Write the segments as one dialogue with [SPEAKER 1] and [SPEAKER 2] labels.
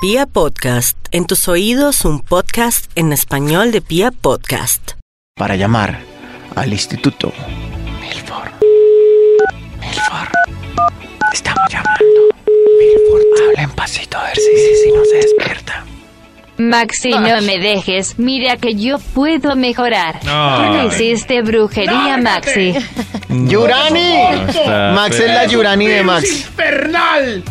[SPEAKER 1] Pia Podcast, en tus oídos un podcast en español de Pia Podcast.
[SPEAKER 2] para llamar al Instituto Milford. Milford, estamos llamando. Milford, habla en pasito a ver si, si, si no se despierta.
[SPEAKER 3] Maxi, no me dejes. Mira que yo puedo mejorar. Tú no hiciste brujería, Maxi.
[SPEAKER 2] ¡Yurani!
[SPEAKER 4] Está
[SPEAKER 2] Max es la Yurani de Max.
[SPEAKER 5] infernal.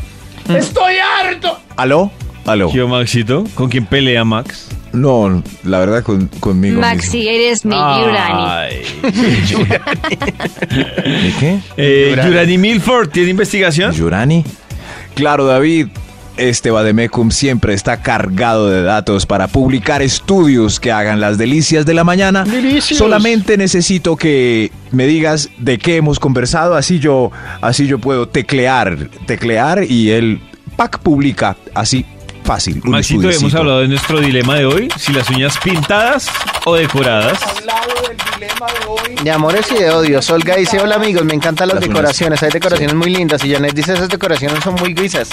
[SPEAKER 5] Estoy harto.
[SPEAKER 6] ¿Aló? ¿Aló?
[SPEAKER 4] Yo, Maxito, ¿con quién pelea Max?
[SPEAKER 6] No, la verdad con- conmigo mismo.
[SPEAKER 3] Maxi, eres mi
[SPEAKER 4] Ah.
[SPEAKER 3] Yurani.
[SPEAKER 4] Ay.
[SPEAKER 6] ¿De qué?
[SPEAKER 4] Eh, Yurani Milford, ¿tiene investigación?
[SPEAKER 6] ¿Yurani? Claro, David. Este Bademecum siempre está cargado de datos para publicar estudios que hagan las delicias de la mañana.
[SPEAKER 5] Delicias.
[SPEAKER 6] Solamente necesito que me digas de qué hemos conversado, así yo, así yo puedo teclear, teclear y el pack publica así fácil. un
[SPEAKER 4] Maxito, hemos
[SPEAKER 6] estudiecito.
[SPEAKER 4] hablado de nuestro dilema de hoy, si las uñas pintadas o decoradas.
[SPEAKER 2] De amores y de odios. Olga dice, hola amigos, me encantan las
[SPEAKER 6] Las unas.
[SPEAKER 2] decoraciones. Hay decoraciones muy lindas. Y Janet dice, esas decoraciones son muy guisas.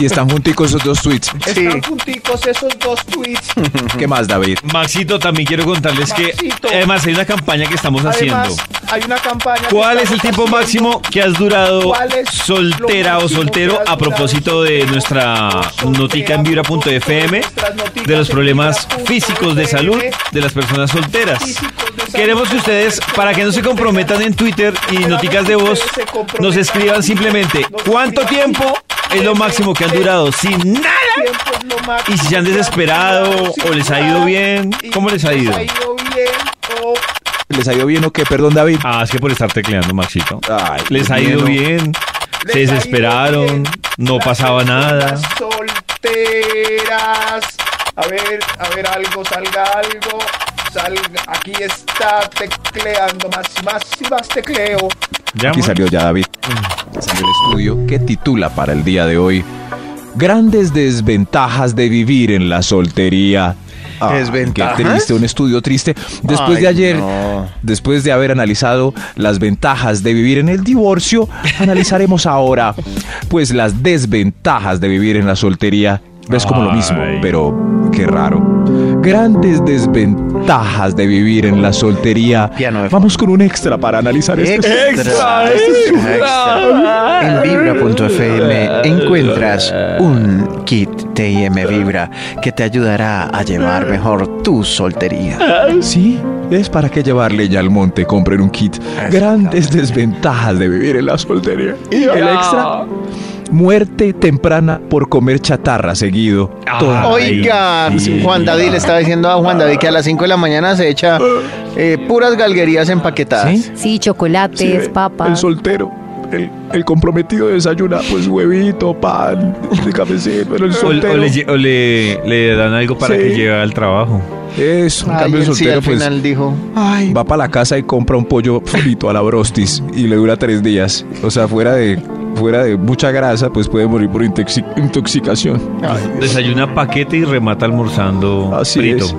[SPEAKER 6] Y están junticos esos dos tweets.
[SPEAKER 2] Sí.
[SPEAKER 5] junticos esos dos tweets.
[SPEAKER 6] ¿Qué más, David?
[SPEAKER 4] Maxito, también quiero contarles que
[SPEAKER 5] Maxito.
[SPEAKER 4] además hay una campaña que estamos haciendo.
[SPEAKER 5] Además, hay una campaña. que
[SPEAKER 4] ¿Cuál es el
[SPEAKER 5] estamos
[SPEAKER 4] tiempo
[SPEAKER 5] haciendo.
[SPEAKER 4] máximo que has durado
[SPEAKER 5] ¿Cuál es
[SPEAKER 4] soltera
[SPEAKER 5] lo
[SPEAKER 4] o
[SPEAKER 5] máximo que
[SPEAKER 4] soltero
[SPEAKER 5] has
[SPEAKER 4] a
[SPEAKER 5] durado
[SPEAKER 4] propósito de
[SPEAKER 5] soltero o
[SPEAKER 4] nuestra
[SPEAKER 5] soltera
[SPEAKER 4] notica en
[SPEAKER 5] a propósito de
[SPEAKER 4] vibra.fm
[SPEAKER 5] nuestras noticas
[SPEAKER 4] de los
[SPEAKER 5] en
[SPEAKER 4] problemas
[SPEAKER 5] vibra punto
[SPEAKER 4] físicos de
[SPEAKER 5] FM?
[SPEAKER 4] salud de las personas solteras?
[SPEAKER 5] Físicos de salud
[SPEAKER 4] Queremos que
[SPEAKER 5] de
[SPEAKER 4] ustedes,
[SPEAKER 5] personas
[SPEAKER 4] para que no se
[SPEAKER 5] solteras,
[SPEAKER 4] comprometan en Twitter y
[SPEAKER 5] esperamos
[SPEAKER 4] noticas de
[SPEAKER 5] que
[SPEAKER 4] voz,
[SPEAKER 5] ustedes se comprometan
[SPEAKER 4] nos escriban
[SPEAKER 5] en
[SPEAKER 4] simplemente
[SPEAKER 5] Twitter, nos
[SPEAKER 4] cuánto
[SPEAKER 5] escriban
[SPEAKER 4] tiempo es lo
[SPEAKER 5] simplemente
[SPEAKER 4] máximo que han durado, sin nada.
[SPEAKER 5] Tiempo es lo máximo
[SPEAKER 4] Y si se han
[SPEAKER 5] que
[SPEAKER 4] desesperado
[SPEAKER 5] durado,
[SPEAKER 4] o les ha ido bien,
[SPEAKER 5] y
[SPEAKER 4] ¿cómo les ha ido?
[SPEAKER 5] bien o
[SPEAKER 6] ¿Les ha ido bien o qué? Perdón, David.
[SPEAKER 4] Ah, es que por estar tecleando, Maxito.
[SPEAKER 6] Ay,
[SPEAKER 4] Les ha
[SPEAKER 6] qué
[SPEAKER 4] ido
[SPEAKER 6] miedo.
[SPEAKER 4] bien,
[SPEAKER 5] les
[SPEAKER 4] se
[SPEAKER 5] ha ido
[SPEAKER 4] desesperaron,
[SPEAKER 5] bien.
[SPEAKER 4] no
[SPEAKER 5] Las
[SPEAKER 4] pasaba
[SPEAKER 5] personas
[SPEAKER 4] nada.
[SPEAKER 5] Solteras. A ver, a ver algo, salga algo. Salga. Aquí está tecleando más y más y más tecleo.
[SPEAKER 4] Ya,
[SPEAKER 6] Aquí
[SPEAKER 4] amor.
[SPEAKER 6] salió ya David.
[SPEAKER 2] Mm.
[SPEAKER 6] Salió el estudio que titula para el día de hoy Grandes desventajas de vivir en la soltería. Ay,
[SPEAKER 2] ¿Desventajas?
[SPEAKER 6] Qué triste, un estudio triste. Después
[SPEAKER 2] Ay,
[SPEAKER 6] de ayer,
[SPEAKER 2] no.
[SPEAKER 6] después de haber analizado las ventajas de vivir en el divorcio, analizaremos ahora pues las desventajas de vivir en la soltería. Es como lo mismo,
[SPEAKER 4] Ay.
[SPEAKER 6] pero qué raro. Grandes desventajas de vivir en la soltería.
[SPEAKER 2] Piano de
[SPEAKER 6] Vamos con un extra para analizar este.
[SPEAKER 2] Extra, extra. En vibra.fm encuentras un kit TIM Vibra que te ayudará a llevar mejor tu soltería.
[SPEAKER 6] Sí, es para que llevarle ya al monte, compren un kit. Grandes desventajas de vivir en la soltería. Y el extra, muerte temprana por comer chatarra seguido.
[SPEAKER 2] Ah,
[SPEAKER 6] Todo.
[SPEAKER 4] Ay,
[SPEAKER 2] Oiga,
[SPEAKER 4] sí.
[SPEAKER 2] Juan este David le estaba diciendo a Juan David que a las 5 de la mañana se echa eh, puras galguerías empaquetadas.
[SPEAKER 6] ¿Sí?
[SPEAKER 7] Sí, chocolates,
[SPEAKER 6] El
[SPEAKER 7] papas.
[SPEAKER 6] soltero, el, el comprometido desayuna, pues huevito, pan, de cafecito, pero el
[SPEAKER 4] O, o
[SPEAKER 6] soltero.
[SPEAKER 4] le, lle- o le- le dan algo para
[SPEAKER 6] Sí.
[SPEAKER 4] que llegue al trabajo.
[SPEAKER 6] Eso, en
[SPEAKER 2] Ay,
[SPEAKER 6] cambio el
[SPEAKER 2] él sí,
[SPEAKER 6] soltero,
[SPEAKER 2] al
[SPEAKER 6] pues,
[SPEAKER 2] final dijo, ay,
[SPEAKER 6] va para la casa y compra un pollo frito a la brostis y le dura tres días. O sea, fuera de, fuera de mucha grasa, pues puede morir por intoxi- intoxicación.
[SPEAKER 4] Desayuna paquete y remata almorzando
[SPEAKER 6] Así
[SPEAKER 4] frito.
[SPEAKER 6] es.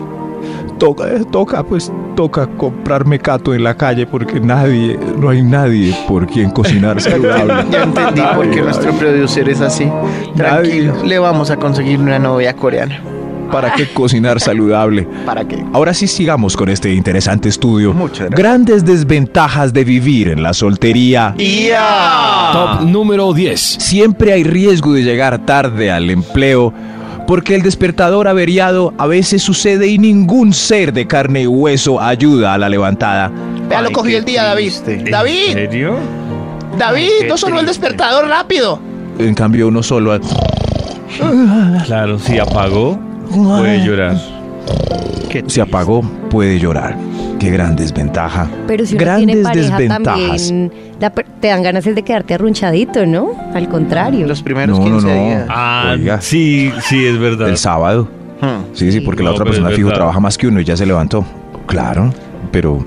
[SPEAKER 6] Toca, eh, toca, pues toca comprarme cato en la calle porque nadie, no hay nadie por quien cocinar saludable.
[SPEAKER 2] ya entendí por qué nuestro producer es así. Tranquilo, le vamos a conseguir una novia coreana.
[SPEAKER 6] ¿Para qué cocinar saludable?
[SPEAKER 2] ¿Para qué?
[SPEAKER 6] Ahora sí sigamos con este interesante estudio.
[SPEAKER 2] Muchas gracias.
[SPEAKER 6] Grandes desventajas de vivir en la soltería.
[SPEAKER 8] Top número 10.
[SPEAKER 6] Siempre hay riesgo de llegar tarde al empleo porque el despertador averiado a veces sucede y ningún ser de carne y hueso ayuda a la levantada.
[SPEAKER 2] Vea, lo Ay,
[SPEAKER 5] cogí
[SPEAKER 2] qué
[SPEAKER 5] el día, David.
[SPEAKER 2] triste.
[SPEAKER 4] ¿En
[SPEAKER 5] David.
[SPEAKER 4] serio?
[SPEAKER 5] David,
[SPEAKER 2] qué
[SPEAKER 5] no sonó el
[SPEAKER 2] triste.
[SPEAKER 5] despertador rápido.
[SPEAKER 6] En cambio uno solo...
[SPEAKER 4] Claro, si apagó, puede llorar.
[SPEAKER 2] Qué
[SPEAKER 6] se apagó, puede llorar. Qué gran desventaja.
[SPEAKER 7] Pero si uno tiene
[SPEAKER 6] Grandes
[SPEAKER 7] pareja
[SPEAKER 6] desventajas.
[SPEAKER 7] también la per- te dan ganas es de quedarte arrunchadito, ¿no? Al contrario.
[SPEAKER 2] Los primeros
[SPEAKER 6] No, no,
[SPEAKER 2] 15
[SPEAKER 6] no.
[SPEAKER 2] días.
[SPEAKER 4] Ah,
[SPEAKER 6] Oiga.
[SPEAKER 4] sí, sí, es verdad.
[SPEAKER 6] El sábado.
[SPEAKER 2] Hmm.
[SPEAKER 6] Sí, sí, porque la
[SPEAKER 4] No,
[SPEAKER 6] otra
[SPEAKER 4] pero es
[SPEAKER 6] persona fijo
[SPEAKER 4] verdad.
[SPEAKER 6] trabaja más que uno y ya se levantó. Claro, pero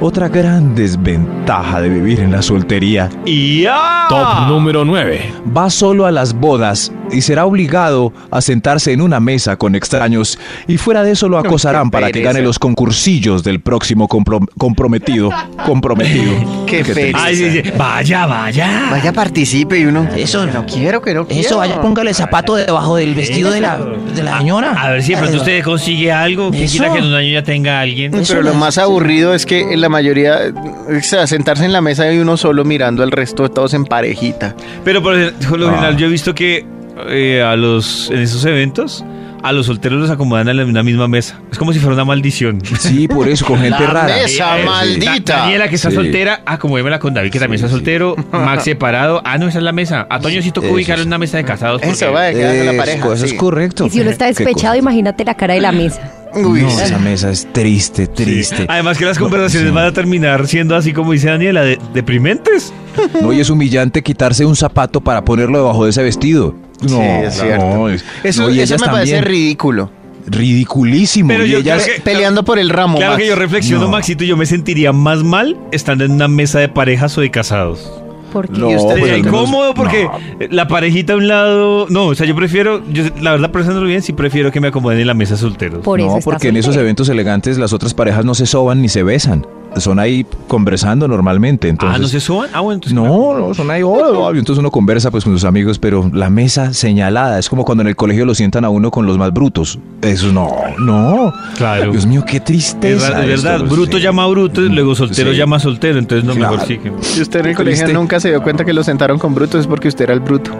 [SPEAKER 6] otra gran desventaja de vivir en la soltería.
[SPEAKER 4] ¡Ya!
[SPEAKER 8] Top número 9.
[SPEAKER 6] Va solo a las bodas y será obligado a sentarse en una mesa con extraños y fuera de eso lo acosarán para que gane los concursillos del próximo compro- comprometido. Comprometido.
[SPEAKER 2] Qué pereza.
[SPEAKER 4] Ay, sí, sí. Vaya, vaya.
[SPEAKER 2] Vaya participe y uno.
[SPEAKER 9] Eso.
[SPEAKER 2] que no quiero, que no quiero.
[SPEAKER 9] Eso, vaya, póngale zapato debajo del vestido de la, de la señora.
[SPEAKER 4] A ver si de pronto
[SPEAKER 9] Eso.
[SPEAKER 4] usted consigue algo. ¿Quién
[SPEAKER 9] Eso.
[SPEAKER 4] quita que en un año ya tenga alguien?
[SPEAKER 2] Pero lo más aburrido es que en la mayoría, o sea, sentarse en la mesa y uno solo mirando al resto, todos en parejita.
[SPEAKER 4] Pero por lo
[SPEAKER 6] Ah.
[SPEAKER 4] general yo he visto que eh, a los en esos eventos a los solteros los acomodan en la- en una misma mesa. Es como si fuera una maldición.
[SPEAKER 6] Sí, por eso, con gente
[SPEAKER 2] La
[SPEAKER 6] rara.
[SPEAKER 2] mesa
[SPEAKER 4] Sí. Da-
[SPEAKER 2] maldita.
[SPEAKER 4] Daniela que está
[SPEAKER 6] Sí.
[SPEAKER 4] soltera, Ah, acomodémela con David que también está soltero, Max separado. Ah, no, esa es la mesa. A Toño sí tocó
[SPEAKER 6] Eso
[SPEAKER 4] ubicarlo en
[SPEAKER 6] sí.
[SPEAKER 4] una mesa de casados.
[SPEAKER 2] Eso,
[SPEAKER 4] porque-
[SPEAKER 2] vaya, quedando la
[SPEAKER 6] Es,
[SPEAKER 2] pareja.
[SPEAKER 6] eso es
[SPEAKER 2] sí.
[SPEAKER 6] correcto.
[SPEAKER 7] Y si uno está
[SPEAKER 6] Qué
[SPEAKER 7] despechado,
[SPEAKER 6] cosa.
[SPEAKER 7] imagínate la cara de la mesa.
[SPEAKER 2] Uy,
[SPEAKER 6] No,
[SPEAKER 2] sí.
[SPEAKER 6] esa mesa es triste, triste.
[SPEAKER 4] Además que las conversaciones
[SPEAKER 6] sí.
[SPEAKER 4] van a terminar siendo así como dice Daniela, de- deprimentes.
[SPEAKER 6] No, y es humillante quitarse un zapato para ponerlo debajo de ese vestido. No,
[SPEAKER 2] Sí, es cierto.
[SPEAKER 6] no, es-
[SPEAKER 2] Eso,
[SPEAKER 6] no, y
[SPEAKER 2] eso
[SPEAKER 6] ellas
[SPEAKER 2] me parece
[SPEAKER 6] también.
[SPEAKER 2] ridículo.
[SPEAKER 6] ridiculísimo.
[SPEAKER 4] Pero
[SPEAKER 6] y
[SPEAKER 4] yo
[SPEAKER 6] ellas-
[SPEAKER 4] creo que-
[SPEAKER 2] Peleando por el ramo.
[SPEAKER 4] Claro
[SPEAKER 2] Max.
[SPEAKER 4] que yo reflexiono,
[SPEAKER 6] No.
[SPEAKER 4] Maxito, yo me sentiría más mal estando en una mesa de parejas o de casados.
[SPEAKER 7] Porque
[SPEAKER 6] No,
[SPEAKER 2] usted
[SPEAKER 6] pues
[SPEAKER 4] Sería
[SPEAKER 6] al menos-
[SPEAKER 4] incómodo porque
[SPEAKER 6] No.
[SPEAKER 4] la parejita a un lado. No, o sea, yo prefiero, yo, la verdad, pensándolo bien, sí prefiero que me acomoden en la mesa solteros.
[SPEAKER 7] por eso
[SPEAKER 6] no,
[SPEAKER 7] está
[SPEAKER 6] porque en esos
[SPEAKER 7] soltero.
[SPEAKER 6] eventos elegantes las otras parejas no se soban ni se besan. Son ahí conversando normalmente. Entonces,
[SPEAKER 4] ah, no se suban. Ah, bueno, entonces.
[SPEAKER 6] No, no, son ahí, oh, obvio. Entonces uno conversa pues con sus amigos, pero la mesa señalada es como cuando en el colegio lo sientan a uno con los más brutos. Eso no, no.
[SPEAKER 4] Claro.
[SPEAKER 6] Dios mío, qué
[SPEAKER 4] Es
[SPEAKER 6] tristeza.
[SPEAKER 4] ra- de
[SPEAKER 6] esto,
[SPEAKER 4] verdad,
[SPEAKER 6] pues,
[SPEAKER 4] bruto
[SPEAKER 6] sí.
[SPEAKER 4] llama a bruto, y luego soltero
[SPEAKER 6] Sí.
[SPEAKER 4] llama a soltero, entonces no
[SPEAKER 6] Claro.
[SPEAKER 4] mejor sí que.
[SPEAKER 2] Si usted en el colegio
[SPEAKER 6] Triste.
[SPEAKER 2] nunca se dio cuenta que lo sentaron con Bruto es porque usted era el Bruto.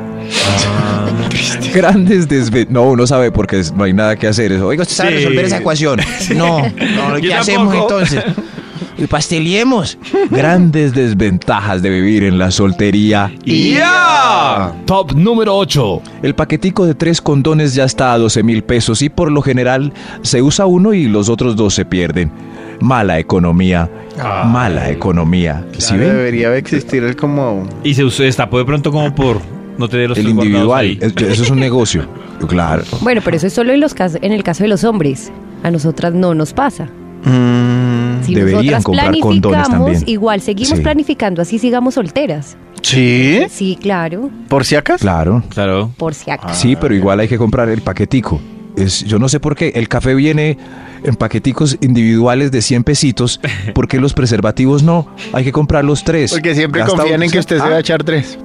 [SPEAKER 6] Grandes desventajas. No, uno sabe porque es- no hay nada que hacer. Eso. Oiga,
[SPEAKER 9] ¿Usted sabe
[SPEAKER 4] Sí.
[SPEAKER 9] resolver esa ecuación? No. no ¿Qué
[SPEAKER 4] Yo
[SPEAKER 9] hacemos
[SPEAKER 4] tampoco.
[SPEAKER 9] entonces? Y pasteliemos.
[SPEAKER 6] grandes desventajas de vivir en la soltería.
[SPEAKER 8] Top número 8.
[SPEAKER 6] El paquetico de tres condones ya está a 12 mil pesos y por lo general se usa uno y los otros dos se pierden. Mala economía. Mala economía. ¿Sí
[SPEAKER 2] Claro,
[SPEAKER 6] ven?
[SPEAKER 2] Ah, Debería existir el como...
[SPEAKER 4] Y se usó, destapó de pronto como por no tener los
[SPEAKER 6] El
[SPEAKER 4] tres guardados ahí.
[SPEAKER 6] individual. es- Eso es un negocio. Claro.
[SPEAKER 7] Bueno, pero eso es solo en, los casos, en el caso de los hombres. A nosotras no nos pasa.
[SPEAKER 2] mm,
[SPEAKER 7] Si
[SPEAKER 6] Deberían
[SPEAKER 7] nosotras
[SPEAKER 6] comprar condones
[SPEAKER 7] planificamos,
[SPEAKER 6] también.
[SPEAKER 7] igual seguimos
[SPEAKER 6] Sí.
[SPEAKER 7] planificando, así sigamos solteras.
[SPEAKER 6] ¿Eh?
[SPEAKER 2] ¿Sí?
[SPEAKER 7] Sí, claro,
[SPEAKER 2] ¿Por si acaso?
[SPEAKER 6] Claro.
[SPEAKER 4] Claro.
[SPEAKER 7] por si acaso.
[SPEAKER 6] Sí, pero igual hay que comprar el paquetico. Es, yo no sé por qué. El café viene en paqueticos individuales de 100 pesitos. ¿Por qué los preservativos no? Hay que comprar los tres.
[SPEAKER 2] Porque siempre
[SPEAKER 6] Gasta
[SPEAKER 2] confían en
[SPEAKER 6] un-
[SPEAKER 2] que usted se
[SPEAKER 6] Ah,
[SPEAKER 2] va a echar tres.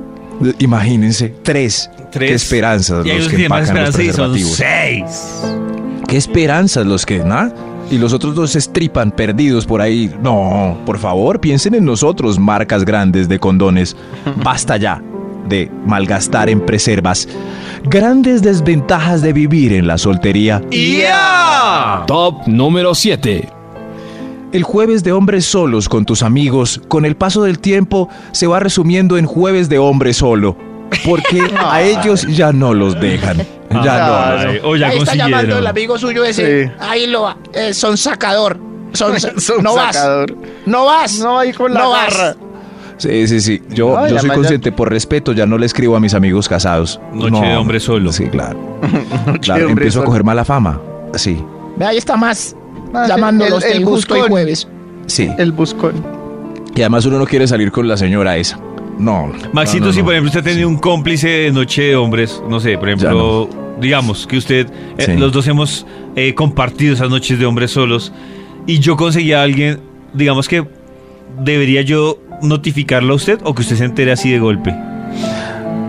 [SPEAKER 6] Imagínense, tres.
[SPEAKER 4] Tres.
[SPEAKER 6] Qué esperanzas
[SPEAKER 4] Y hay
[SPEAKER 6] los
[SPEAKER 4] unos
[SPEAKER 6] que
[SPEAKER 4] tienen más
[SPEAKER 6] empacan los
[SPEAKER 4] esperanza y son
[SPEAKER 6] preservativos.
[SPEAKER 4] seis.
[SPEAKER 6] Qué esperanzas los que, ¿no? Y los otros dos se estripan perdidos por ahí. No, por favor, piensen en nosotros, marcas grandes de condones. Basta ya de malgastar en preservas. Grandes desventajas de vivir en la soltería.
[SPEAKER 4] Ah,
[SPEAKER 8] Top número 7.
[SPEAKER 6] El jueves de hombres solos con tus amigos, con el paso del tiempo, se va resumiendo en jueves de hombre solo. Porque a ellos ya no los dejan. Ya no. los
[SPEAKER 4] Ay, o ya
[SPEAKER 9] Ahí está llamando
[SPEAKER 4] consiguieron.
[SPEAKER 9] el amigo suyo ese.
[SPEAKER 2] Sí.
[SPEAKER 9] Ahí lo va. Eh, son sacador. Son,
[SPEAKER 2] Son
[SPEAKER 9] no
[SPEAKER 2] sacador.
[SPEAKER 9] vas. No vas.
[SPEAKER 2] No va a ir con la
[SPEAKER 9] No vas.
[SPEAKER 2] barra.
[SPEAKER 6] Sí, sí, sí. Yo,
[SPEAKER 2] Ay,
[SPEAKER 6] yo
[SPEAKER 2] la
[SPEAKER 6] soy
[SPEAKER 2] malla-
[SPEAKER 6] consciente, por respeto, ya no le escribo a mis amigos casados.
[SPEAKER 4] Noche de hombre solo.
[SPEAKER 6] Sí, claro.
[SPEAKER 2] de
[SPEAKER 6] claro
[SPEAKER 2] hombre
[SPEAKER 6] empiezo
[SPEAKER 2] solo.
[SPEAKER 6] a coger mala fama. Sí,
[SPEAKER 9] Ve, ahí está más.
[SPEAKER 2] Ah, sí,
[SPEAKER 9] Llamándolo a
[SPEAKER 2] el-
[SPEAKER 9] usted
[SPEAKER 2] el
[SPEAKER 9] justo y
[SPEAKER 2] buscón.
[SPEAKER 9] jueves.
[SPEAKER 6] sí.
[SPEAKER 2] El buscón.
[SPEAKER 6] Y además uno no quiere salir con la señora esa. No.
[SPEAKER 4] Maxito,
[SPEAKER 6] No, no,
[SPEAKER 4] si
[SPEAKER 6] no.
[SPEAKER 4] por ejemplo usted tiene un cómplice de noche de hombres, no sé, por ejemplo, digamos que usted, eh,
[SPEAKER 6] Sí.
[SPEAKER 4] los dos hemos eh, compartido esas noches de hombres solos y yo conseguí a alguien, digamos que debería yo notificarlo a usted o que usted se entere así de golpe.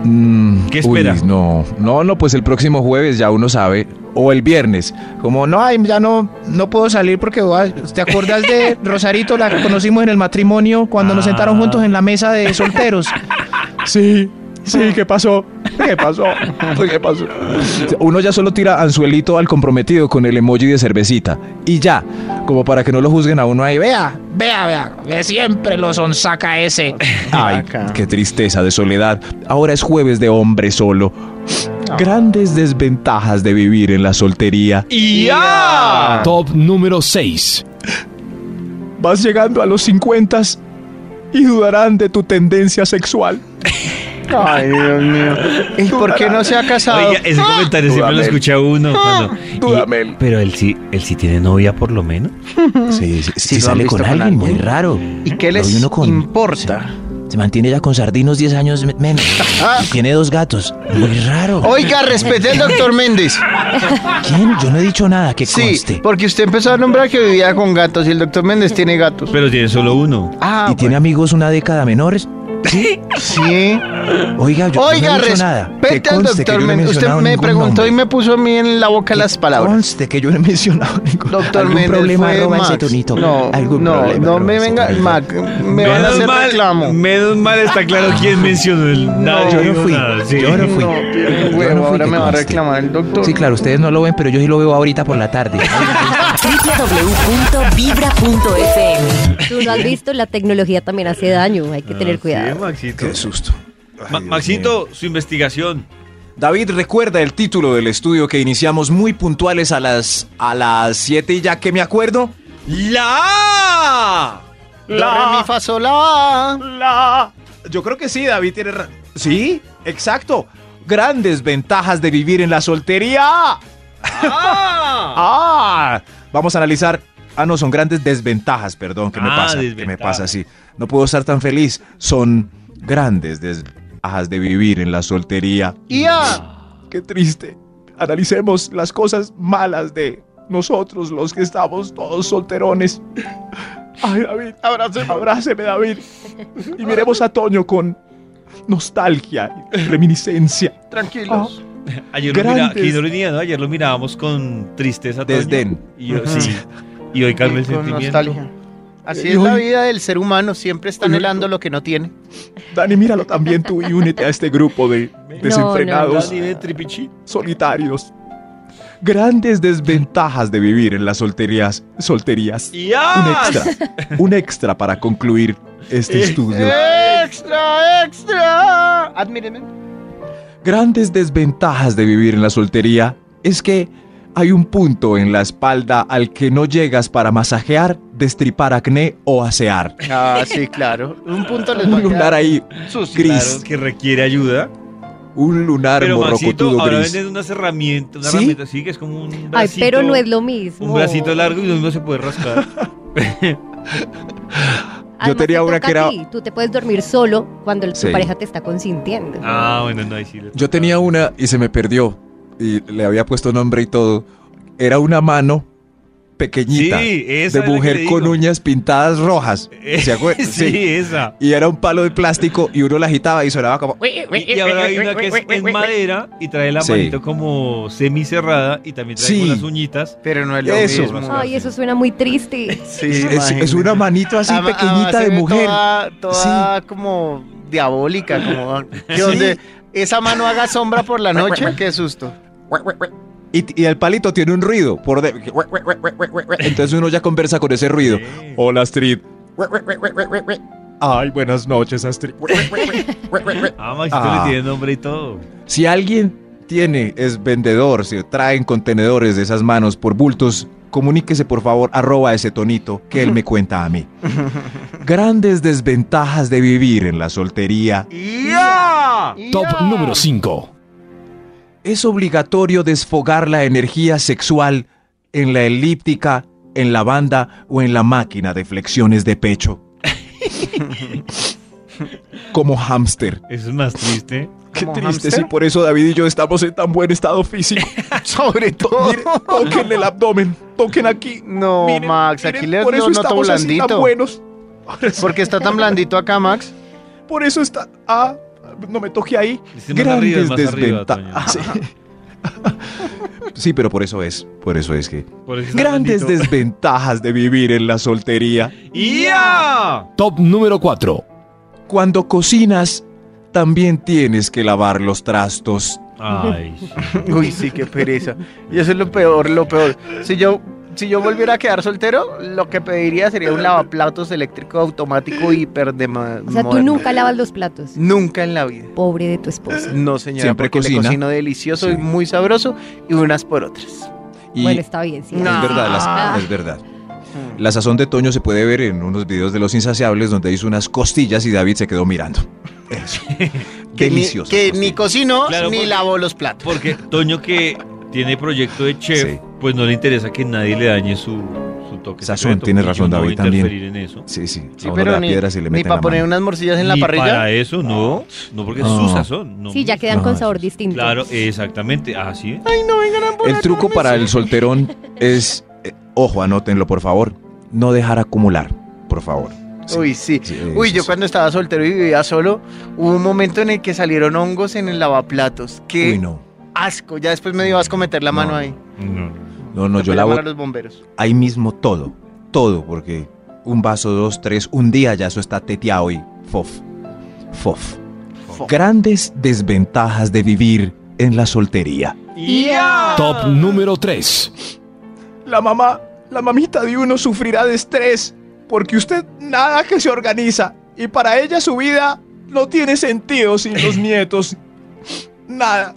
[SPEAKER 6] Mm,
[SPEAKER 4] ¿Qué
[SPEAKER 6] uy,
[SPEAKER 4] espera?
[SPEAKER 6] no, no, no, pues el próximo jueves ya uno sabe. O el viernes. Como, no, ay, ya no, no puedo salir porque voy a-
[SPEAKER 9] ¿Te acuerdas de Rosarito? La conocimos en el matrimonio cuando nos sentaron
[SPEAKER 2] Ah.
[SPEAKER 9] juntos en la mesa de solteros.
[SPEAKER 6] Sí, sí, ¿qué pasó? ¿Qué pasó? Ah. ¿Qué pasó? Uno ya solo tira anzuelito al comprometido con el emoji de cervecita. Y ya, como para que no lo juzguen a uno ahí. Vea,
[SPEAKER 9] Vea, vea. Ve siempre lo son saca ese.
[SPEAKER 6] Ay, qué tristeza de soledad. Ahora es jueves de hombre solo. Ah. Grandes desventajas de vivir en la soltería.
[SPEAKER 8] Top número 6.
[SPEAKER 6] Vas llegando a los 50 y dudarán de tu tendencia sexual.
[SPEAKER 2] Ay, Dios mío. ¿Y por qué no se ha casado?
[SPEAKER 4] Oiga, ese
[SPEAKER 10] Ah.
[SPEAKER 4] comentario siempre lo
[SPEAKER 6] Dudamel.
[SPEAKER 4] escucha uno. cuando- y-
[SPEAKER 6] Dudamel.
[SPEAKER 4] pero él sí, él sí tiene novia por lo menos.
[SPEAKER 6] Sí, sí, sí,
[SPEAKER 2] lo han
[SPEAKER 6] sale
[SPEAKER 2] visto
[SPEAKER 6] con
[SPEAKER 2] con
[SPEAKER 6] alguien
[SPEAKER 2] alguien.
[SPEAKER 6] muy raro.
[SPEAKER 2] ¿Y qué
[SPEAKER 6] Lo
[SPEAKER 2] les
[SPEAKER 6] vi uno con-
[SPEAKER 2] importa? Se mantiene ya con sardinos 10 años me- menos. Y tiene dos gatos. Muy raro.
[SPEAKER 10] Oiga, respete al doctor Méndez.
[SPEAKER 2] ¿Quién? Yo no he dicho nada, que
[SPEAKER 10] Sí,
[SPEAKER 2] conste.
[SPEAKER 10] porque usted empezó a nombrar que vivía con gatos y el doctor Méndez tiene gatos.
[SPEAKER 4] Pero tiene solo uno.
[SPEAKER 10] Ah,
[SPEAKER 2] ¿Y tiene amigos una década menores?
[SPEAKER 10] sí.
[SPEAKER 2] Oiga, yo
[SPEAKER 10] Oiga,
[SPEAKER 2] no he dicho nada. Que
[SPEAKER 10] respete al
[SPEAKER 2] conste que
[SPEAKER 10] doctor
[SPEAKER 2] yo no he
[SPEAKER 10] Méndez. Usted
[SPEAKER 2] mencionado
[SPEAKER 10] me
[SPEAKER 2] ningún
[SPEAKER 10] preguntó
[SPEAKER 2] nombre.
[SPEAKER 10] y me puso a mí en la boca las palabras.
[SPEAKER 2] Conste que yo no he mencionado ningún
[SPEAKER 10] Doctor
[SPEAKER 2] algún
[SPEAKER 10] Méndez.
[SPEAKER 2] problema
[SPEAKER 10] fue
[SPEAKER 2] roba ese
[SPEAKER 10] Max.
[SPEAKER 2] tonito.
[SPEAKER 10] No,
[SPEAKER 2] Algún
[SPEAKER 10] no,
[SPEAKER 2] problema
[SPEAKER 10] no
[SPEAKER 2] roba
[SPEAKER 10] me
[SPEAKER 2] ese
[SPEAKER 10] venga,
[SPEAKER 2] tonito.
[SPEAKER 10] Mac, me van a hacer reclamo.
[SPEAKER 4] menos mal está claro quién mencionó el nada,
[SPEAKER 2] yo no
[SPEAKER 4] digo
[SPEAKER 2] fui,
[SPEAKER 4] nada, sí.
[SPEAKER 2] yo no fui.
[SPEAKER 10] No, pierde
[SPEAKER 2] Yo
[SPEAKER 10] un
[SPEAKER 2] no
[SPEAKER 10] huevo,
[SPEAKER 2] fui
[SPEAKER 10] ahora
[SPEAKER 2] que
[SPEAKER 10] me va a
[SPEAKER 2] conste.
[SPEAKER 10] reclamar el doctor.
[SPEAKER 2] Sí, claro, ustedes no lo ven, pero yo sí lo veo ahorita por la tarde.
[SPEAKER 1] www.vibra.fm
[SPEAKER 6] Ah.
[SPEAKER 7] Tú lo has visto, la tecnología también hace daño, hay que tener
[SPEAKER 4] Sí,
[SPEAKER 7] cuidado.
[SPEAKER 4] Maxito.
[SPEAKER 6] Qué susto.
[SPEAKER 4] Ma- Maxito, su investigación.
[SPEAKER 6] David recuerda el título del estudio que iniciamos muy puntuales a las a las 7 y ya que me acuerdo. La.
[SPEAKER 10] La, re, mi, fa, sol, la.
[SPEAKER 6] La. Yo creo que sí, David tiene ra- Sí, exacto. Grandes ventajas de vivir en la soltería. Ah. Vamos a analizar. Ah, no, son grandes desventajas, perdón, que me
[SPEAKER 4] Ah,
[SPEAKER 6] pasa. Que me
[SPEAKER 4] desventajas.
[SPEAKER 6] pasa así. No puedo estar tan feliz. Son grandes desventajas de vivir en la soltería.
[SPEAKER 10] Ia.
[SPEAKER 6] Qué triste. Analicemos las cosas malas de nosotros, los que estamos todos solterones. Ay, David, abráceme, abráceme, David. Y miremos a Toño con nostalgia y reminiscencia.
[SPEAKER 10] Tranquilos.
[SPEAKER 4] Ayer lo, mira,
[SPEAKER 6] Grandes.
[SPEAKER 4] aquí no lo tenía, ¿no? Ayer lo mirábamos con tristeza. Toño.
[SPEAKER 6] Desdén.
[SPEAKER 4] Y, yo- sí. y hoy calma el
[SPEAKER 10] con
[SPEAKER 4] sentimiento.
[SPEAKER 10] nostalgia. Así
[SPEAKER 6] Y
[SPEAKER 10] es la
[SPEAKER 6] hoy-
[SPEAKER 10] vida del ser humano, siempre está anhelando lo que no tiene.
[SPEAKER 6] Dani, míralo también tú y únete a este grupo de desenfrenados,
[SPEAKER 4] Dani de Tripichi.
[SPEAKER 6] solitarios. Grandes desventajas de vivir en las solterías. Solterías. Un
[SPEAKER 4] ¡Ya!
[SPEAKER 6] extra. Un extra para concluir este estudio.
[SPEAKER 10] ¡Extra, extra! Admíreme.
[SPEAKER 6] Grandes desventajas de vivir en la soltería es que hay un punto en la espalda al que no llegas para masajear, destripar acné o asear.
[SPEAKER 10] Ah, sí, claro. Un punto les
[SPEAKER 6] Un
[SPEAKER 10] va a quedar
[SPEAKER 6] lunar ahí,
[SPEAKER 10] sucio.
[SPEAKER 4] Claro,
[SPEAKER 6] gris.
[SPEAKER 4] que requiere ayuda.
[SPEAKER 6] Un lunar
[SPEAKER 4] Pero Maxito,
[SPEAKER 6] morrocotudo
[SPEAKER 4] ahora
[SPEAKER 6] gris.
[SPEAKER 4] venden unas herramientas, una
[SPEAKER 6] ¿Sí?
[SPEAKER 4] herramienta así que es como un bracito,
[SPEAKER 7] Ay, pero no es Oh. lo mismo.
[SPEAKER 4] un bracito largo y no se puede rascar.
[SPEAKER 6] Yo tenía
[SPEAKER 7] te
[SPEAKER 6] una
[SPEAKER 7] toca
[SPEAKER 6] que era-
[SPEAKER 7] a ti, Tú te puedes dormir solo cuando el- tu
[SPEAKER 6] Sí.
[SPEAKER 7] pareja te está consintiendo.
[SPEAKER 4] ah, bueno, no, ahí sí. le-
[SPEAKER 6] Yo tenía una y se me perdió. Y le había puesto nombre y todo. Era una mano pequeñita
[SPEAKER 4] Sí, esa
[SPEAKER 6] de
[SPEAKER 4] es la que
[SPEAKER 6] mujer
[SPEAKER 4] te
[SPEAKER 6] con
[SPEAKER 4] digo.
[SPEAKER 6] uñas pintadas rojas.
[SPEAKER 4] Eh,
[SPEAKER 6] ¿Se acuerdan?
[SPEAKER 4] sí, esa.
[SPEAKER 6] Y era un palo de plástico y uno la agitaba y sonaba como...
[SPEAKER 4] Y, y ahora hay una que es en madera y trae la
[SPEAKER 6] Sí.
[SPEAKER 4] manito como semi cerrada y también trae
[SPEAKER 6] Sí.
[SPEAKER 4] con las uñitas.
[SPEAKER 10] Pero no es lo
[SPEAKER 6] Eso.
[SPEAKER 10] mismo.
[SPEAKER 7] Ay, eso suena muy triste.
[SPEAKER 10] Sí,
[SPEAKER 6] Es, es
[SPEAKER 10] imagínate.
[SPEAKER 6] una manito así
[SPEAKER 10] Ama-
[SPEAKER 6] pequeñita
[SPEAKER 10] además se
[SPEAKER 6] de
[SPEAKER 10] ve
[SPEAKER 6] mujer.
[SPEAKER 10] Toda, toda como diabólica, como que donde esa mano haga sombra por la noche, qué susto.
[SPEAKER 6] Y, y el palito tiene un ruido. Por de- Entonces uno ya conversa con ese ruido. Hola, Astrid. Ay, buenas noches, Astrid.
[SPEAKER 4] Ah, Maxito
[SPEAKER 6] Ah.
[SPEAKER 4] le tiene nombre y todo.
[SPEAKER 6] Si alguien tiene, es vendedor, si traen contenedores de esas manos por bultos, comuníquese por favor, arroba ese tonito que él me cuenta a mí. Grandes desventajas de vivir en la soltería.
[SPEAKER 10] Ah,
[SPEAKER 8] Top número 5.
[SPEAKER 6] Es obligatorio desfogar la energía sexual en la elíptica, en la banda o en la máquina de flexiones de pecho. Como hámster.
[SPEAKER 4] Eso es más triste.
[SPEAKER 6] Qué
[SPEAKER 10] ¿Como
[SPEAKER 6] triste,
[SPEAKER 10] hámster?
[SPEAKER 6] si por eso David y yo estamos en tan buen estado físico.
[SPEAKER 10] Sobre todo.
[SPEAKER 6] Miren, toquen el abdomen, toquen aquí.
[SPEAKER 10] No,
[SPEAKER 6] Miren,
[SPEAKER 10] Max,
[SPEAKER 6] miren,
[SPEAKER 10] aquí le
[SPEAKER 6] por
[SPEAKER 10] lo
[SPEAKER 6] eso
[SPEAKER 10] noto
[SPEAKER 6] estamos así tan
[SPEAKER 10] blandito.
[SPEAKER 6] buenos. Por eso,
[SPEAKER 10] Porque está tan blandito acá, Max.
[SPEAKER 6] por eso está. Ah, no me toque ahí.
[SPEAKER 4] Dice más arriba, es más arriba,
[SPEAKER 6] desventa- sí, pero por eso es. Por eso es que.
[SPEAKER 4] Por eso está
[SPEAKER 6] Grandes
[SPEAKER 4] blandito.
[SPEAKER 6] desventajas de vivir en la soltería.
[SPEAKER 4] ¡Ya!
[SPEAKER 8] Top número 4.
[SPEAKER 6] Cuando cocinas, también tienes que lavar los trastos.
[SPEAKER 4] Ay, sí.
[SPEAKER 10] Uy, sí, qué pereza. Y eso es lo peor, lo peor. Si yo, si yo volviera a quedar soltero, lo que pediría sería un lavaplatos eléctrico automático hiper de ma-
[SPEAKER 7] O sea, tú
[SPEAKER 10] moderno.
[SPEAKER 7] nunca lavas los platos.
[SPEAKER 10] Nunca en la vida.
[SPEAKER 7] Pobre de tu esposo.
[SPEAKER 10] No, señora,
[SPEAKER 6] Siempre
[SPEAKER 10] porque le
[SPEAKER 6] cocina.
[SPEAKER 10] cocino delicioso y
[SPEAKER 6] Sí.
[SPEAKER 10] muy sabroso y unas por otras.
[SPEAKER 6] Y
[SPEAKER 7] Bueno, está bien, sí.
[SPEAKER 10] No. Mm.
[SPEAKER 6] Es verdad, las-
[SPEAKER 10] Ah.
[SPEAKER 6] es verdad. La sazón de Toño se puede ver en unos videos de Los Insaciables donde hizo unas costillas y David se quedó mirando. Eso.
[SPEAKER 10] Que ni-
[SPEAKER 6] Delicioso.
[SPEAKER 10] Que ni cocino
[SPEAKER 4] Claro,
[SPEAKER 10] ni
[SPEAKER 4] porque-
[SPEAKER 10] lavo los platos.
[SPEAKER 4] Porque Toño que tiene proyecto de chef,
[SPEAKER 6] Sí.
[SPEAKER 4] pues no le interesa que nadie le dañe su, su toque.
[SPEAKER 6] Sazón,
[SPEAKER 4] secreto,
[SPEAKER 6] tienes
[SPEAKER 4] porque
[SPEAKER 6] razón,
[SPEAKER 4] yo no voy
[SPEAKER 6] David,
[SPEAKER 4] a interferir
[SPEAKER 6] también.
[SPEAKER 4] en eso.
[SPEAKER 6] Sí, sí.
[SPEAKER 10] Sí,
[SPEAKER 6] a uno le
[SPEAKER 10] pero
[SPEAKER 6] da
[SPEAKER 10] ni,
[SPEAKER 6] piedras y le
[SPEAKER 10] ni
[SPEAKER 6] meten
[SPEAKER 10] para
[SPEAKER 6] la
[SPEAKER 10] poner
[SPEAKER 6] mano.
[SPEAKER 10] unas morcillas en la
[SPEAKER 4] Ni
[SPEAKER 10] parrilla.
[SPEAKER 4] Para eso, no. No, porque es
[SPEAKER 6] No.
[SPEAKER 4] su sazón. no.
[SPEAKER 7] Sí, ya quedan
[SPEAKER 6] No,
[SPEAKER 7] con
[SPEAKER 6] eso
[SPEAKER 7] sabor distinto.
[SPEAKER 4] Claro,
[SPEAKER 6] eh,
[SPEAKER 4] exactamente. Así es.
[SPEAKER 6] El truco para el solterón es, eh, ojo, anótenlo por favor, no dejar acumular, por favor. Sí.
[SPEAKER 10] Uy, sí.
[SPEAKER 6] Sí,
[SPEAKER 10] Uy,
[SPEAKER 6] eso
[SPEAKER 10] yo
[SPEAKER 6] sí.
[SPEAKER 10] cuando estaba soltero y vivía solo, hubo un momento en el que salieron hongos en el lavaplatos. Qué
[SPEAKER 6] Uy, no.
[SPEAKER 10] asco. Ya después me dio asco meter la
[SPEAKER 6] No,
[SPEAKER 10] mano
[SPEAKER 6] no.
[SPEAKER 10] ahí.
[SPEAKER 4] No.
[SPEAKER 6] No, no, yo
[SPEAKER 10] Llamar
[SPEAKER 6] lavo
[SPEAKER 10] a los bomberos.
[SPEAKER 6] ahí mismo todo, todo, porque un vaso, dos, tres, un día ya eso está teteado y fof, fof.
[SPEAKER 10] Fo.
[SPEAKER 6] Grandes desventajas de vivir en la soltería.
[SPEAKER 8] Top número 3.
[SPEAKER 9] La mamá, la mamita de uno sufrirá de estrés porque usted nada que se organiza y para ella su vida no tiene sentido sin los nietos. Nada.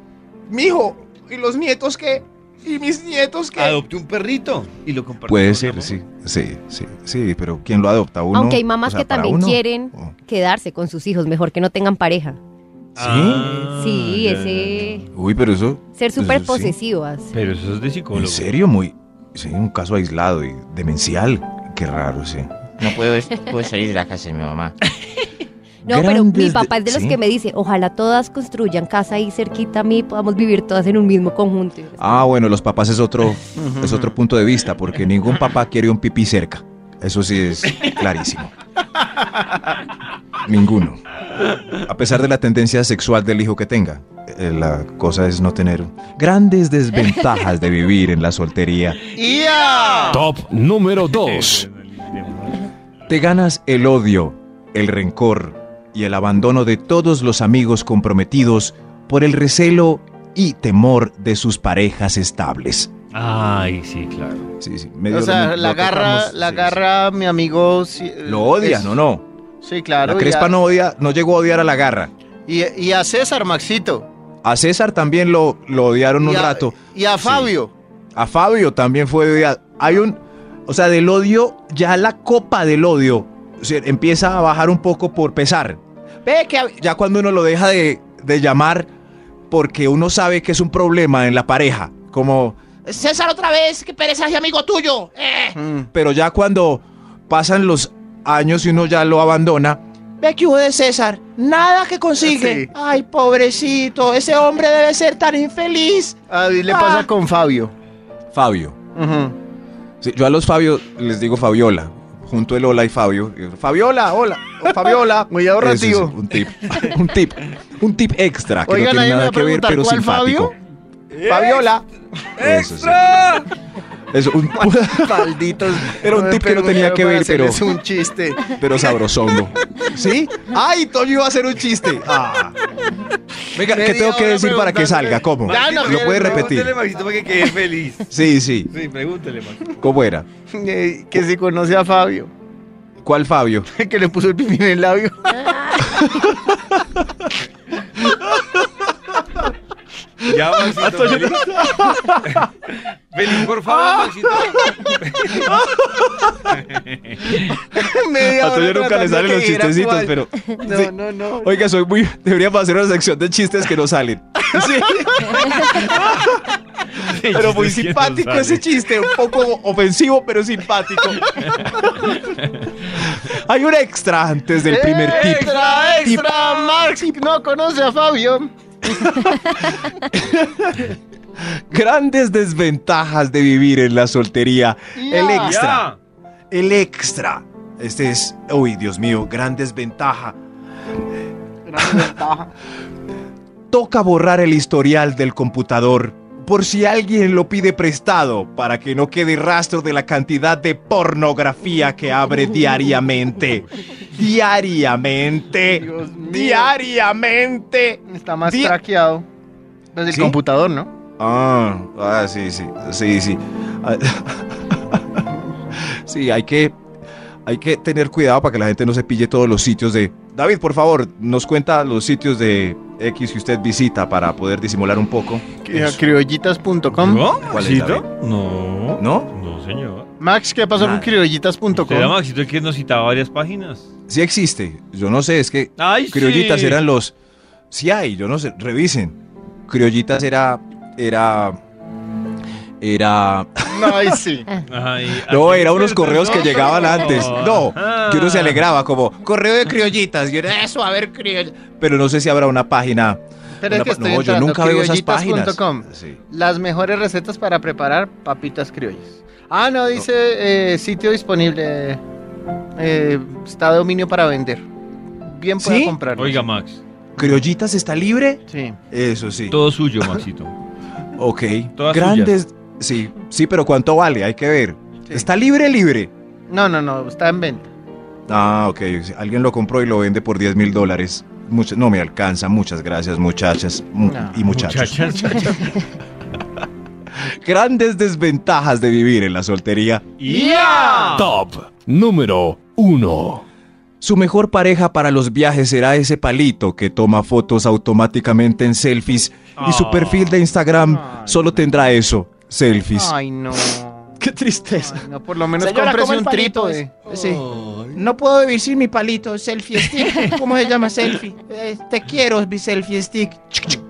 [SPEAKER 9] Mijo, ¿y los nietos qué? ¿Y mis nietos qué?
[SPEAKER 4] Adopte un perrito y lo compartimos.
[SPEAKER 6] Puede
[SPEAKER 4] con
[SPEAKER 6] ser,
[SPEAKER 4] amor.
[SPEAKER 6] sí, sí, sí, sí, pero ¿quién lo adopta uno?
[SPEAKER 7] Aunque hay mamás
[SPEAKER 6] O sea,
[SPEAKER 7] que
[SPEAKER 6] para
[SPEAKER 7] también
[SPEAKER 6] uno.
[SPEAKER 7] quieren
[SPEAKER 6] Oh.
[SPEAKER 7] quedarse con sus hijos, mejor que no tengan pareja.
[SPEAKER 4] Ah,
[SPEAKER 7] sí,
[SPEAKER 4] ya, ya,
[SPEAKER 7] ese.
[SPEAKER 6] Uy, pero eso,
[SPEAKER 7] Ser
[SPEAKER 6] Eso
[SPEAKER 7] súper
[SPEAKER 6] sí.
[SPEAKER 7] posesivas.
[SPEAKER 4] ya. Pero eso es de psicólogo.
[SPEAKER 6] en serio, muy, sí, un caso aislado y demencial. Qué raro, sí.
[SPEAKER 11] No puedo, puedo salir de la casa de mi mamá.
[SPEAKER 7] No, pero
[SPEAKER 6] Grandes
[SPEAKER 7] mi
[SPEAKER 6] de-
[SPEAKER 7] papá es de los
[SPEAKER 6] sí.
[SPEAKER 7] que me dice, ojalá todas construyan casa ahí cerquita a mí, podamos vivir todas en un mismo conjunto. Y yo,
[SPEAKER 6] Ah, bueno, los papás es otro, es otro punto de vista, porque ningún papá quiere un pipí cerca. Eso sí es clarísimo. Ninguno. A pesar de la tendencia sexual del hijo que tenga. Eh, La cosa es no tener grandes desventajas de vivir en la soltería.
[SPEAKER 8] Top número 2.
[SPEAKER 6] Te ganas el odio, el rencor y el abandono de todos los amigos comprometidos por el recelo y temor de sus parejas estables.
[SPEAKER 4] Ay, sí, claro.
[SPEAKER 6] Sí, sí.
[SPEAKER 10] O sea, la garra, la garra, mi amigo. sí, eh,
[SPEAKER 6] Lo odia,
[SPEAKER 10] es-
[SPEAKER 6] no, no.
[SPEAKER 10] Sí, claro.
[SPEAKER 6] la
[SPEAKER 10] y
[SPEAKER 6] Crespa
[SPEAKER 10] a-
[SPEAKER 6] no odia, no llegó a odiar a la garra.
[SPEAKER 10] Y, y a César, Maxito.
[SPEAKER 6] A César también lo, lo odiaron un
[SPEAKER 10] y a-
[SPEAKER 6] rato.
[SPEAKER 10] Y a Fabio.
[SPEAKER 6] A Fabio también fue odiado. Hay un. O sea, del odio, ya la copa del odio o sea, empieza a bajar un poco por pesar. Ve que a- ya cuando uno lo deja de, de llamar porque uno sabe que es un problema en la pareja. Como.
[SPEAKER 12] César otra vez, que pereza es amigo tuyo. Eh.
[SPEAKER 10] Mm.
[SPEAKER 6] Pero ya cuando pasan los años y uno ya lo abandona,
[SPEAKER 9] Ve que hubo de César. Nada que consigue.
[SPEAKER 10] Sí.
[SPEAKER 9] Ay, pobrecito. Ese hombre debe ser tan infeliz.
[SPEAKER 10] A David le
[SPEAKER 9] Ah.
[SPEAKER 10] pasa con Fabio.
[SPEAKER 6] Fabio.
[SPEAKER 10] Ujú.
[SPEAKER 6] Sí, yo a los Fabio les digo Fabiola. Junto el hola y Fabio. Fabiola, hola. o Fabiola.
[SPEAKER 10] Muy
[SPEAKER 6] Eso es
[SPEAKER 10] ahorrativo.
[SPEAKER 6] un tip. Un tip. Un tip extra que
[SPEAKER 10] Oigan,
[SPEAKER 6] no
[SPEAKER 10] ahí
[SPEAKER 6] tiene
[SPEAKER 10] me va
[SPEAKER 6] nada
[SPEAKER 10] a
[SPEAKER 6] que ver,
[SPEAKER 10] preguntar,
[SPEAKER 6] pero
[SPEAKER 10] ¿cuál
[SPEAKER 6] simpático.
[SPEAKER 9] Fabiola.
[SPEAKER 6] Eso sí. Eso, un-
[SPEAKER 10] Malditos.
[SPEAKER 6] Era un tip que no tenía que ver, pero-
[SPEAKER 10] Es un chiste.
[SPEAKER 6] pero sabrosongo. ¿Sí? ¡Ay, Toño iba a hacer un chiste! Ah. Venga, ¿qué
[SPEAKER 4] Media
[SPEAKER 6] tengo que
[SPEAKER 4] hora
[SPEAKER 6] decir para que salga? ¿Cómo?
[SPEAKER 10] Ya, no,
[SPEAKER 6] ¿Lo puede repetir?
[SPEAKER 4] Pregúntele, Maxito, para que quede feliz.
[SPEAKER 6] Sí, sí.
[SPEAKER 4] Sí, pregúntele, Maxito.
[SPEAKER 6] ¿Cómo era?
[SPEAKER 10] Eh, que si conoce a Fabio.
[SPEAKER 6] ¿Cuál Fabio?
[SPEAKER 10] Que le puso el pipí en el labio.
[SPEAKER 4] Ya, Maxito. feliz. feliz, por favor, Maxito.
[SPEAKER 10] Media
[SPEAKER 6] A Toño
[SPEAKER 10] hora
[SPEAKER 6] nunca le
[SPEAKER 10] tratando
[SPEAKER 6] salen los
[SPEAKER 10] que dijera
[SPEAKER 6] chistecitos,
[SPEAKER 10] cuál.
[SPEAKER 6] pero...
[SPEAKER 10] No,
[SPEAKER 6] Sí.
[SPEAKER 10] no, no.
[SPEAKER 6] Oiga, soy muy... Deberíamos hacer una sección de chistes que no salen. Sí.
[SPEAKER 9] Pero muy simpático ese chiste, un poco ofensivo, pero simpático.
[SPEAKER 6] Hay un extra antes del primer tip.
[SPEAKER 10] Extra, extra, Max no conoce a Fabio.
[SPEAKER 6] Grandes desventajas de vivir en la soltería. El
[SPEAKER 10] Ya.
[SPEAKER 6] extra. El extra. Este es, uy, Dios mío, gran desventaja. Toca borrar el historial del computador por si alguien lo pide prestado para que no quede rastro de la cantidad de pornografía que abre diariamente. Diariamente.
[SPEAKER 10] Dios mío.
[SPEAKER 9] Diariamente.
[SPEAKER 10] Está más
[SPEAKER 9] Di-
[SPEAKER 10] traqueado. Desde
[SPEAKER 6] ¿Sí?
[SPEAKER 10] el computador, ¿no?
[SPEAKER 6] Ah, ah, sí, sí, sí, sí. Ah, sí, hay que, hay que tener cuidado para que la gente no se pille todos los sitios de... David, por favor, nos cuenta los sitios de X que usted visita para poder disimular un poco. Eso.
[SPEAKER 10] Criollitas.com.
[SPEAKER 4] ¿No?
[SPEAKER 6] ¿Cuál es,
[SPEAKER 4] ¿Maxito?
[SPEAKER 6] David?
[SPEAKER 4] No.
[SPEAKER 6] ¿No?
[SPEAKER 4] No, señor.
[SPEAKER 10] Max, ¿qué pasó
[SPEAKER 6] Nada.
[SPEAKER 10] con criollitas.com?
[SPEAKER 4] Era Maxito el que nos citaba varias páginas.
[SPEAKER 6] Sí existe. Yo no sé, es que
[SPEAKER 4] Ay,
[SPEAKER 6] criollitas
[SPEAKER 4] sí.
[SPEAKER 6] eran los... Sí hay, yo no sé, revisen. Criollitas era... Era... Era...
[SPEAKER 10] No, ahí sí.
[SPEAKER 6] No, era unos correos que llegaban antes. No,
[SPEAKER 4] ah.
[SPEAKER 6] que uno se alegraba como correo de criollitas. y uno, "Eh".
[SPEAKER 12] Eso, a ver, criollo.
[SPEAKER 6] Pero no sé si habrá una página.
[SPEAKER 10] Pero es
[SPEAKER 6] una
[SPEAKER 10] que
[SPEAKER 6] pa-
[SPEAKER 10] estoy
[SPEAKER 6] pues, no, yo
[SPEAKER 10] entrando,
[SPEAKER 6] nunca veo esas
[SPEAKER 10] criollitas
[SPEAKER 6] páginas.
[SPEAKER 10] punto com. Las mejores recetas para preparar papitas criollas. Ah, no, dice eh, sitio disponible. eh, está a dominio para vender. Bien pueda
[SPEAKER 6] ¿Sí?
[SPEAKER 10] comprar.
[SPEAKER 4] Oiga, Max.
[SPEAKER 6] ¿Criollitas está libre?
[SPEAKER 10] Sí.
[SPEAKER 6] Eso sí.
[SPEAKER 4] Todo suyo, Maxito.
[SPEAKER 6] Ok.
[SPEAKER 4] Todas
[SPEAKER 6] Grandes. Sí, sí, pero ¿cuánto vale? Hay que ver. ¿Está libre, libre?
[SPEAKER 10] No, no, no, está en venta.
[SPEAKER 6] Ah, ok. Alguien lo compró y lo vende por 10 mil dólares. Mucha- no me alcanza. Muchas gracias, muchachas mu-
[SPEAKER 10] No.
[SPEAKER 6] y muchachos.
[SPEAKER 4] Muchachas.
[SPEAKER 6] Grandes desventajas de vivir en la soltería.
[SPEAKER 8] Top número 1.
[SPEAKER 6] Su mejor pareja para los viajes será ese palito que toma fotos automáticamente en selfies y su
[SPEAKER 10] Ah.
[SPEAKER 6] perfil de Instagram solo tendrá eso, selfies.
[SPEAKER 10] Ay, no.
[SPEAKER 6] Qué tristeza.
[SPEAKER 10] No, por lo menos
[SPEAKER 12] Señora,
[SPEAKER 10] cómprese
[SPEAKER 12] ¿cómo el
[SPEAKER 10] un
[SPEAKER 12] palito
[SPEAKER 10] trípode.
[SPEAKER 12] Sí. No puedo vivir sin mi palito, selfie stick. ¿Cómo se llama selfie? Eh, te quiero, mi selfie stick. Chic, chic.